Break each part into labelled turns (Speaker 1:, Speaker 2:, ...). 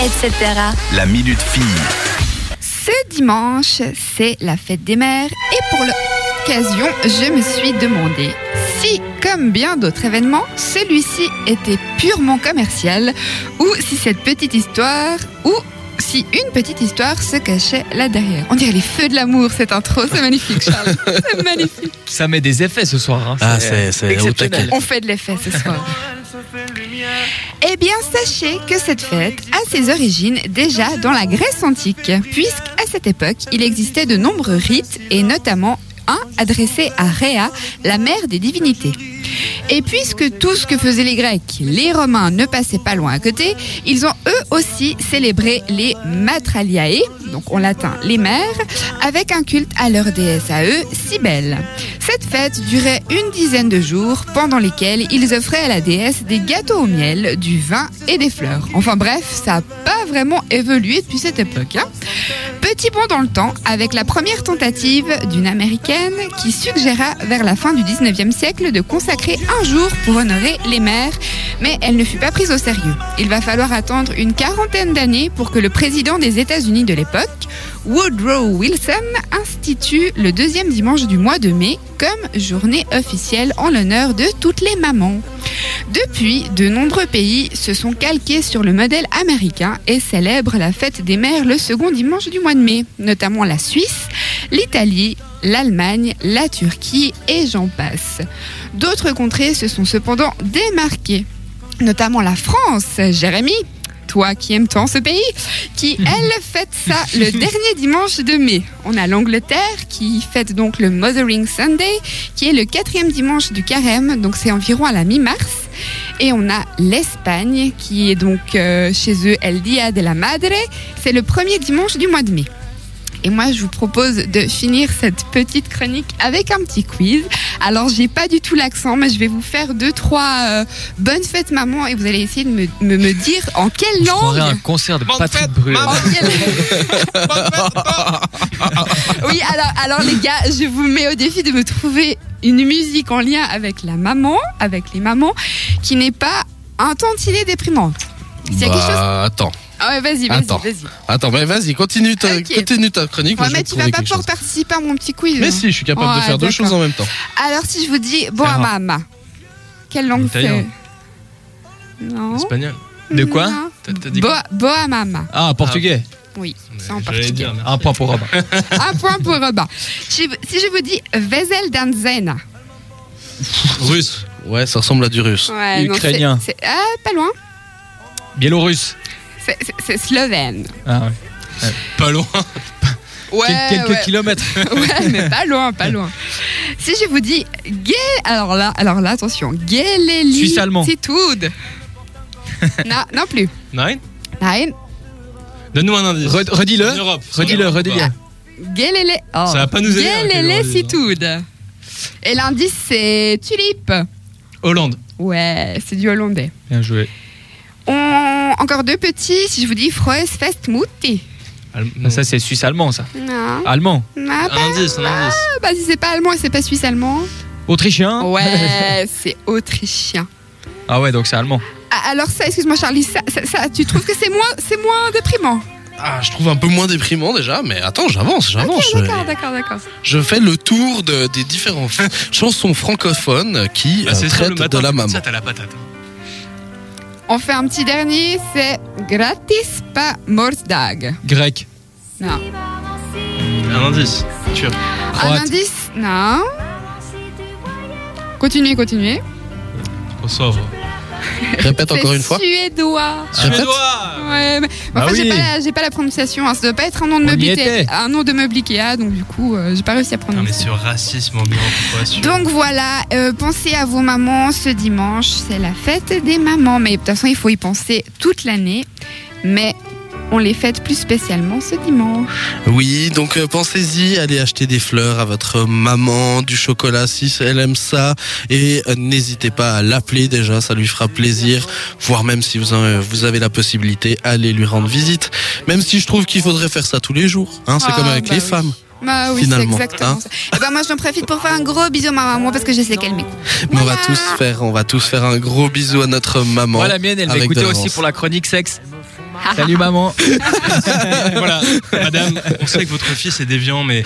Speaker 1: etc.
Speaker 2: La minute fille.
Speaker 3: Ce dimanche, c'est la fête des mères et pour l'occasion, je me suis demandé si, comme bien d'autres événements, celui-ci était purement commercial ou si cette petite histoire ou si une petite histoire se cachait là derrière. On dirait les feux de l'amour cette intro, c'est magnifique Charles, c'est magnifique.
Speaker 4: Ça met des effets ce soir. hein.
Speaker 5: Ah, c'est- c'est
Speaker 4: exceptionnel.
Speaker 3: On fait de l'effet ce soir. Eh bien, sachez que cette fête a ses origines déjà dans la Grèce antique, puisque à cette époque, il existait de nombreux rites, et notamment un adressé à Rhea, la mère des divinités. Et puisque tout ce que faisaient les Grecs, les Romains ne passaient pas loin à côté, ils ont eux aussi célébré les Matraliae, donc en latin les mères, avec un culte à leur déesse à eux, Cybèle. Cette fête durait une dizaine de jours, pendant lesquels ils offraient à la déesse des gâteaux au miel, du vin et des fleurs. Enfin bref, ça n'a pas vraiment évolué depuis cette époque. hein. Petit bond dans le temps avec la première tentative d'une américaine qui suggéra vers la fin du 19e siècle de consacrer un jour pour honorer les mères, mais elle ne fut pas prise au sérieux. Il va falloir attendre une quarantaine d'années pour que le président des États-Unis de l'époque, Woodrow Wilson, institue le deuxième dimanche du mois de mai comme journée officielle en l'honneur de toutes les mamans. Depuis, de nombreux pays se sont calqués sur le modèle américain et célèbrent la fête des mères le second dimanche du mois de mai, notamment la Suisse, l'Italie, l'Allemagne, la Turquie et j'en passe. D'autres contrées se sont cependant démarquées, notamment la France, Jérémy. Toi qui aimes tant ce pays, qui elle fête ça le dernier dimanche de mai. On a l'Angleterre qui fête donc le Mothering Sunday, qui est le quatrième dimanche du carême, donc c'est environ à la mi-mars. Et on a l'Espagne, qui est donc euh, chez eux El Día de la Madre. C'est le premier dimanche du mois de mai. Et moi, je vous propose de finir cette petite chronique avec un petit quiz. Alors, j'ai pas du tout l'accent, mais je vais vous faire deux, trois euh, bonnes fêtes, maman, et vous allez essayer de me, me- me dire en quelle
Speaker 4: Je croirais un
Speaker 3: langue.
Speaker 4: concert de
Speaker 2: Bonne
Speaker 4: Patrick
Speaker 2: fête,
Speaker 4: Bruel.
Speaker 3: en quelle- oui, alors, alors les gars, je vous mets au défi de me trouver une musique en lien avec la maman, avec les mamans, qui n'est pas un tantinet déprimante. S'il y a quelque chose.
Speaker 5: Bah, Attends,
Speaker 3: Ah ouais, vas-y, vas-y,
Speaker 5: Attends.
Speaker 3: vas-y.
Speaker 5: attends, mais vas-y, continue ta,
Speaker 3: Ok.
Speaker 5: continue ta chronique. moi,
Speaker 3: Ouais,
Speaker 5: je vais
Speaker 3: mais tu
Speaker 5: trouver
Speaker 3: vas pas
Speaker 5: quelque
Speaker 3: pouvoir
Speaker 5: chose.
Speaker 3: participer à mon petit quiz.
Speaker 5: Mais
Speaker 3: hein.
Speaker 5: si, je suis capable de
Speaker 3: Ouais,
Speaker 5: faire deux
Speaker 3: d'accord.
Speaker 5: choses en même temps.
Speaker 3: Alors si je vous dis bon
Speaker 4: Ah.
Speaker 3: à maman, quelle langue
Speaker 4: Italien.
Speaker 3: c'est Non.
Speaker 5: Espagnol.
Speaker 4: De quoi
Speaker 3: Non.
Speaker 4: T'as- t'as dit
Speaker 3: Bo,
Speaker 4: quoi
Speaker 3: bo à maman.
Speaker 4: Ah, portugais.
Speaker 3: Oui, c'est en
Speaker 2: J'allais
Speaker 3: portugais.
Speaker 2: dire, mais-
Speaker 4: Un point pour Robin.
Speaker 3: Un point pour Robin. Si si je vous dis Vezel Danzena.
Speaker 5: Russe. Ouais, ça ressemble à du russe.
Speaker 3: Ouais, non, c'est-
Speaker 4: Ukrainien.
Speaker 3: c'est- Ah, pas loin.
Speaker 4: Biélorusse.
Speaker 3: C'est- c'est- C'est slovène.
Speaker 4: Ah, ouais.
Speaker 2: Pas loin.
Speaker 3: Ouais,
Speaker 4: Quel- quelques
Speaker 3: ouais.
Speaker 4: kilomètres.
Speaker 3: ouais, mais pas loloin, pas loin. Si je vous dis gay, alors là, alors là, attention,
Speaker 4: Suisse-allemand.
Speaker 3: Gélélitude. non, non plus.
Speaker 2: Nine
Speaker 3: Nein,
Speaker 2: Donne-nous un indice.
Speaker 4: Re- redis-le.
Speaker 2: En Europe.
Speaker 4: Redis-le, redis-le.
Speaker 3: gélélé. Oh.
Speaker 2: Ça va pas nous aider, hein, quel horreur, dis donc.
Speaker 3: Gélélitude. Et l'indice c'est tulipe.
Speaker 2: Hollande.
Speaker 3: Ouais, c'est du hollandais.
Speaker 4: Bien joué.
Speaker 3: On... Encore deux petits. Si je vous dis Froes Festmutti.
Speaker 2: Allem-
Speaker 4: Ah, Ça, c'est suisse-allemand, ça.
Speaker 3: Non.
Speaker 4: Allemand.
Speaker 3: Ah,
Speaker 2: Un indice, un indice.
Speaker 3: bah, si c'est pas allemand et c'est pas suisse-allemand.
Speaker 4: Autrichien.
Speaker 3: Hein Ouais, c'est autrichien.
Speaker 4: Ah ouais, donc c'est allemand.
Speaker 3: Ah, Alors ça, excuse-moi Charlie, ça, ça- ça, tu trouves que c'est moins, c'est moins déprimant
Speaker 5: Ah, je trouve un peu moins déprimant déjà, mais attends, j'avance,
Speaker 3: Ok,
Speaker 5: j'avance.
Speaker 3: d'accord, d'accord, d'accord.
Speaker 5: je fais le tour de- des différentes chansons francophones qui
Speaker 2: Bah,
Speaker 5: euh,
Speaker 2: c'est ça
Speaker 5: traitent
Speaker 2: le matin.
Speaker 5: de la
Speaker 2: comme
Speaker 5: maman.
Speaker 2: Ça, t'as la patate.
Speaker 3: On fait un petit dernier, c'est gratis pas mordag.
Speaker 4: Grec.
Speaker 3: Non.
Speaker 2: Un indice. Turc.
Speaker 3: Un
Speaker 4: Croate.
Speaker 3: indice Non. Continuez, continuez.
Speaker 2: Kosovo.
Speaker 5: Répète encore
Speaker 3: C'est
Speaker 5: une fois.
Speaker 3: Suédois.
Speaker 5: Répète.
Speaker 2: Suédois.
Speaker 3: Ouais, mais mais
Speaker 4: Bah
Speaker 3: enfin, j'ai
Speaker 4: oui.
Speaker 3: pas, la- j'ai pas la prononciation. Hein. Ça doit pas être un nom de
Speaker 4: On y
Speaker 3: meuble
Speaker 4: était.
Speaker 3: Ikea- un nom de meuble Ikea, donc du coup, euh, j'ai pas réussi à
Speaker 2: Non, mais
Speaker 3: prononcer.
Speaker 2: ce racisme ambiant, pourquoi sur-
Speaker 3: Donc voilà, euh, pensez à vos mamans ce dimanche, c'est la fête des mamans. Mais de toute façon, il faut y penser toute l'année. Mais on les fête plus spécialement ce dimanche.
Speaker 5: Oui, donc euh, pensez-y, allez acheter des fleurs à votre maman, du chocolat si elle aime ça, et euh, n'hésitez pas à l'appeler déjà, ça lui fera plaisir, voire même si vous, en- euh, vous avez la possibilité, allez lui rendre visite, même si je trouve qu'il faudrait faire ça tous les jours, hein, c'est
Speaker 3: Ah,
Speaker 5: comme avec
Speaker 3: bah
Speaker 5: les
Speaker 3: oui.
Speaker 5: femmes.
Speaker 3: Bah oui, c'est
Speaker 5: Finalement,
Speaker 3: exactement
Speaker 5: hein.
Speaker 3: ça. Et ben moi, j'en profite pour faire un gros bisou à ma maman parce que je sais qu'elle m'écoute.
Speaker 5: Mais on va
Speaker 3: Voilà.
Speaker 5: tous faire, on va tous faire un gros bisou à notre maman.
Speaker 4: Moi, la mienne, elle va
Speaker 5: Avec de
Speaker 4: écouter aussi
Speaker 5: l'avance.
Speaker 4: pour la chronique sexe.
Speaker 3: Ah.
Speaker 4: Salut maman.
Speaker 2: voilà, madame, on sait que votre fils est déviant, mais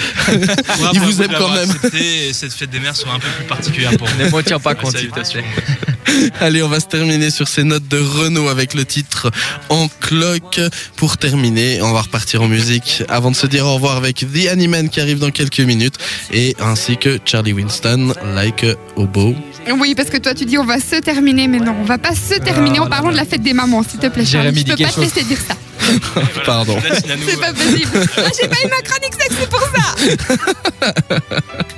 Speaker 5: Il vous aime quand même.
Speaker 2: Accepté, et cette fête des mères sera un peu plus particulière pour vous.
Speaker 4: Ne m'en tiens pas compte. s'il te plaît.
Speaker 2: Salutations.
Speaker 5: Allez, on va se terminer sur ces notes de Renault avec le titre En cloque. Pour terminer, on va repartir en musique avant de se dire au revoir avec The Animan qui arrive dans quelques minutes et ainsi que Charlie Winston, Like a Hobo.
Speaker 3: Oui, parce que toi, tu dis on va se terminer, mais non, on va pas
Speaker 4: Euh,
Speaker 3: se terminer en parlant de la fête des mamans, s'il te plaît, Charles.
Speaker 4: Jérémy
Speaker 3: Je
Speaker 4: dit
Speaker 3: peux pas
Speaker 4: quelque
Speaker 3: te laisser dire ça.
Speaker 2: Voilà,
Speaker 5: Pardon.
Speaker 2: je vous laisse, Nanou,
Speaker 3: C'est
Speaker 2: euh,
Speaker 3: pas possible. Ah, J'ai pas eu ma chronique sexe, c'est pour ça.